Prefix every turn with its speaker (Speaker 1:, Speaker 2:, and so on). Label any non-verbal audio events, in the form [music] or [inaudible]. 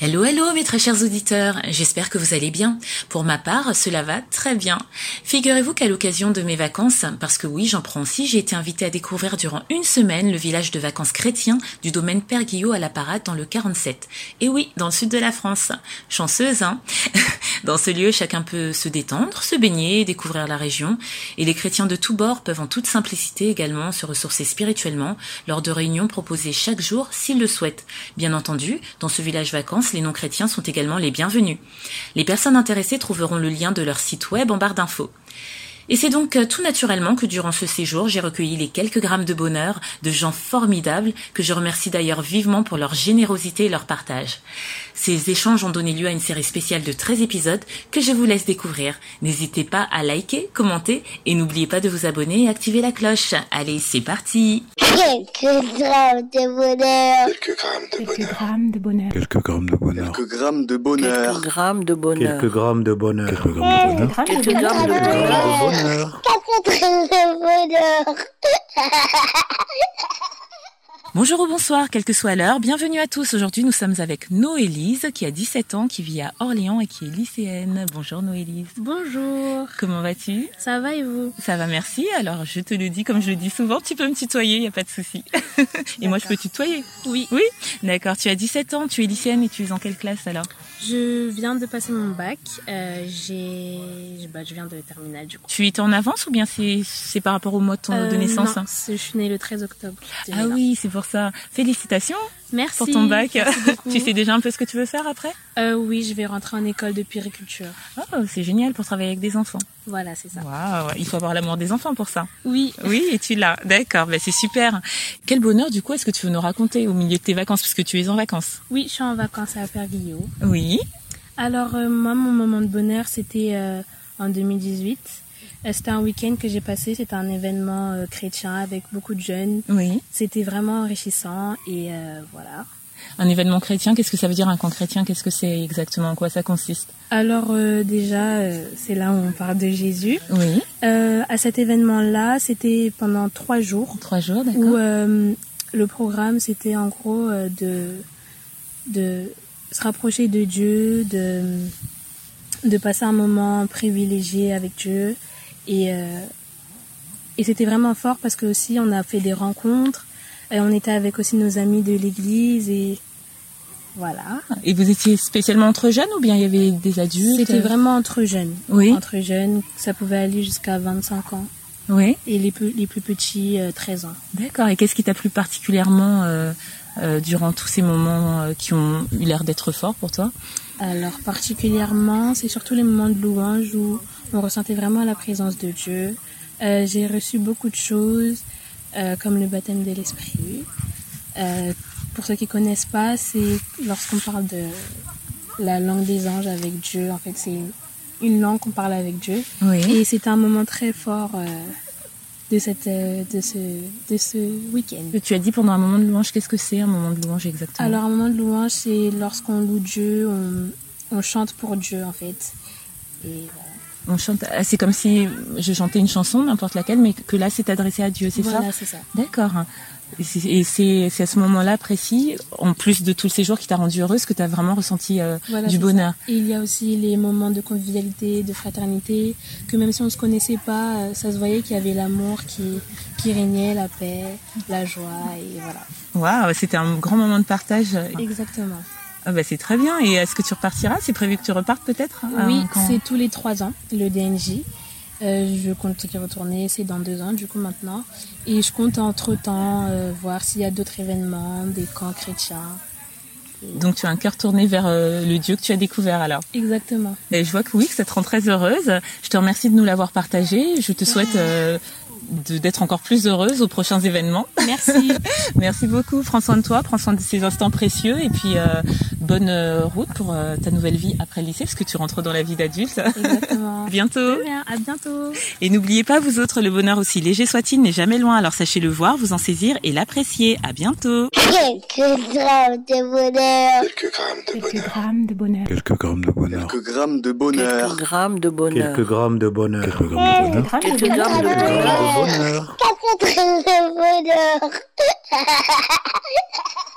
Speaker 1: Hello, hello, mes très chers auditeurs. J'espère que vous allez bien. Pour ma part, cela va très bien. Figurez-vous qu'à l'occasion de mes vacances, parce que oui, j'en prends aussi, j'ai été invitée à découvrir durant une semaine le village de vacances chrétien du domaine Père Guillot à la Parade dans le 47. Et oui, dans le sud de la France. Chanceuse, hein? Dans ce lieu, chacun peut se détendre, se baigner, découvrir la région. Et les chrétiens de tous bords peuvent en toute simplicité également se ressourcer spirituellement lors de réunions proposées chaque jour s'ils le souhaitent. Bien entendu, dans ce village vacances, les non-chrétiens sont également les bienvenus. Les personnes intéressées trouveront le lien de leur site web en barre d'infos. Et c'est donc euh, tout naturellement que durant ce séjour, j'ai recueilli les quelques grammes de bonheur de gens formidables que je remercie d'ailleurs vivement pour leur générosité et leur partage. Ces échanges ont donné lieu à une série spéciale de 13 épisodes que je vous laisse découvrir. N'hésitez pas à liker, commenter et n'oubliez pas de vous abonner et activer la cloche. Allez, c'est parti
Speaker 2: Quelques grammes de bonheur.
Speaker 3: Quelques grammes de
Speaker 4: Quelques
Speaker 3: bonheur.
Speaker 4: grammes de bonheur.
Speaker 5: Quelques grammes de bonheur.
Speaker 3: Quelques grammes de
Speaker 6: Quelques
Speaker 3: bonheur.
Speaker 6: grammes de bonheur.
Speaker 7: Quelques grammes de bonheur.
Speaker 5: Quelques grammes de bonheur.
Speaker 6: Quelques grammes de bonheur.
Speaker 2: Quelques grammes de bonheur.
Speaker 1: Bonjour ou bonsoir, quelle que soit l'heure, bienvenue à tous. Aujourd'hui, nous sommes avec Noélise qui a 17 ans, qui vit à Orléans et qui est lycéenne. Bonjour Noélise.
Speaker 8: Bonjour,
Speaker 1: Comment vas-tu
Speaker 8: ça va et vous
Speaker 1: Ça va, merci. Alors, je te le dis, comme je le dis souvent, tu peux me tutoyer, il n'y a pas de souci. [laughs] et moi, je peux tutoyer
Speaker 8: Oui.
Speaker 1: Oui D'accord, tu as 17 ans, tu es lycéenne et tu es en quelle classe alors
Speaker 8: Je viens de passer mon bac, euh, j'ai... Bah, je viens de terminale du coup.
Speaker 1: Tu étais en avance ou bien c'est c'est par rapport au mois de, ton- de
Speaker 8: Euh,
Speaker 1: naissance
Speaker 8: non,
Speaker 1: hein
Speaker 8: c'est- Je suis née le 13 octobre.
Speaker 1: Ah
Speaker 8: 2020.
Speaker 1: oui, c'est pour ça. Félicitations
Speaker 8: Merci
Speaker 1: pour ton bac.
Speaker 8: merci beaucoup.
Speaker 1: [laughs] tu sais déjà un peu ce que tu veux faire après
Speaker 8: Euh, Oui, je vais rentrer en école de puériculture.
Speaker 1: Oh, c'est génial pour travailler avec des enfants.
Speaker 8: Voilà, c'est ça.
Speaker 1: Waouh, il faut avoir l'amour des enfants pour ça.
Speaker 8: Oui,
Speaker 1: Oui, et tu l'as. D'accord, bah c'est super. Quel bonheur du coup est-ce que tu veux nous raconter au milieu de tes vacances puisque tu es en vacances
Speaker 8: oui, je suis en vacances à Perguillot.
Speaker 1: Oui.
Speaker 8: Alors euh, moi, mon moment de bonheur, c'était euh, en 2018. Euh, C'était un week-end que j'ai passé, c'était un événement euh, chrétien avec beaucoup de jeunes.
Speaker 1: Oui.
Speaker 8: C'était vraiment enrichissant et euh, voilà.
Speaker 1: Un événement chrétien, qu'est-ce que ça veut dire un camp chrétien Qu'est-ce que c'est exactement En quoi ça consiste
Speaker 8: Alors euh, déjà, euh, c'est là où on parle de Jésus.
Speaker 1: Oui.
Speaker 8: Euh, à cet événement-là, c'était pendant trois jours
Speaker 1: Trois jours, d'accord.
Speaker 8: où euh, le programme, c'était en gros euh, de, de se rapprocher de Dieu, de, de passer un moment privilégié avec Dieu. Et, euh, et c'était vraiment fort parce que aussi on a fait des rencontres, et on était avec aussi nos amis de l'église et voilà.
Speaker 1: Et vous étiez spécialement entre jeunes ou bien il y avait des adultes
Speaker 8: C'était vraiment entre jeunes.
Speaker 1: euh, Oui.
Speaker 8: Entre jeunes, ça pouvait aller jusqu'à 25 ans.
Speaker 1: Oui.
Speaker 8: Et les plus, les plus petits, euh, 13 ans.
Speaker 1: D'accord. Et qu'est-ce qui t'a plu particulièrement euh, euh, durant tous ces moments euh, qui ont eu l'air d'être forts pour toi
Speaker 8: Alors, particulièrement, c'est surtout les moments de louange où on ressentait vraiment la présence de Dieu. Euh, J'ai reçu beaucoup de choses, euh, comme le baptême de l'Esprit. Euh, pour ceux qui connaissent pas, c'est lorsqu'on parle de la langue des anges avec Dieu. En fait, c'est une- une langue qu'on parle avec Dieu.
Speaker 1: Oui.
Speaker 8: Et c'était un moment très fort euh, de, cette, euh, de ce, de ce week-end.
Speaker 1: tu as dit pendant un moment de louange, qu'est-ce que c'est un moment de louange exactement
Speaker 8: Alors, un moment de louange, c'est lorsqu'on loue Dieu, on, on chante pour Dieu en fait. Et voilà.
Speaker 1: On chante. ah, C'est comme si je chantais une chanson, n'importe laquelle, mais que là c'est adressé à Dieu, c'est ça
Speaker 8: Voilà, c'est ça.
Speaker 1: D'accord. Et c'est- Et c'est c'est à ce moment-là précis, en plus de tous ces jours qui t'a rendu heureuse, que tu as vraiment ressenti euh,
Speaker 8: Voilà,
Speaker 1: du
Speaker 8: c'est
Speaker 1: bonheur.
Speaker 8: ça. Et il y a aussi les moments de convivialité, de fraternité, que même si on ne se connaissait pas, euh, ça se voyait qu'il y avait l'amour qui, qui régnait, la paix, la joie, et voilà.
Speaker 1: Waouh, c'était un grand moment de partage.
Speaker 8: Exactement.
Speaker 1: Ah bah, c'est très bien. Et est-ce que tu repartiras C'est prévu que tu repartes peut-être hein,
Speaker 8: oui,
Speaker 1: quand-
Speaker 8: c'est tous les trois ans, le DNJ. Euh, je compte y retourner, c'est dans deux ans du coup maintenant. Et je compte entre-temps euh, voir s'il y a d'autres événements, des camps chrétiens.
Speaker 1: Donc tu as un cœur tourné vers euh, le Dieu que tu as découvert alors.
Speaker 8: Exactement.
Speaker 1: Et je vois que oui, que ça te rend très heureuse. Je te remercie de nous l'avoir partagé. Je te souhaite euh, de- d'être encore plus heureuse aux prochains événements.
Speaker 8: Merci.
Speaker 1: [laughs] Merci beaucoup. Prends soin de toi, prends soin de ces instants précieux et puis euh, bonne euh, route pour euh, ta nouvelle vie après le lycée parce que tu rentres dans la vie d'adulte. [laughs]
Speaker 8: Exactement.
Speaker 1: À bientôt.
Speaker 8: Très bien, à bientôt.
Speaker 1: Et n'oubliez pas, vous autres, le bonheur aussi léger soit-il n'est jamais loin. Alors sachez le voir, vous en saisir et l'apprécier. À bientôt.
Speaker 2: Quelques grammes de bonheur.
Speaker 3: Quelques grammes de
Speaker 4: Quelques
Speaker 3: bonheur.
Speaker 4: grammes de bonheur.
Speaker 5: Quelques grammes de bonheur.
Speaker 3: Quelques grammes de bonheur.
Speaker 6: Quelques grammes de bonheur.
Speaker 7: Quelques grammes de bonheur.
Speaker 5: Quelques grammes de bonheur.
Speaker 4: Quelques grammes de
Speaker 6: Quelques grammes de bonheur.
Speaker 2: Quelques grammes de bonheur.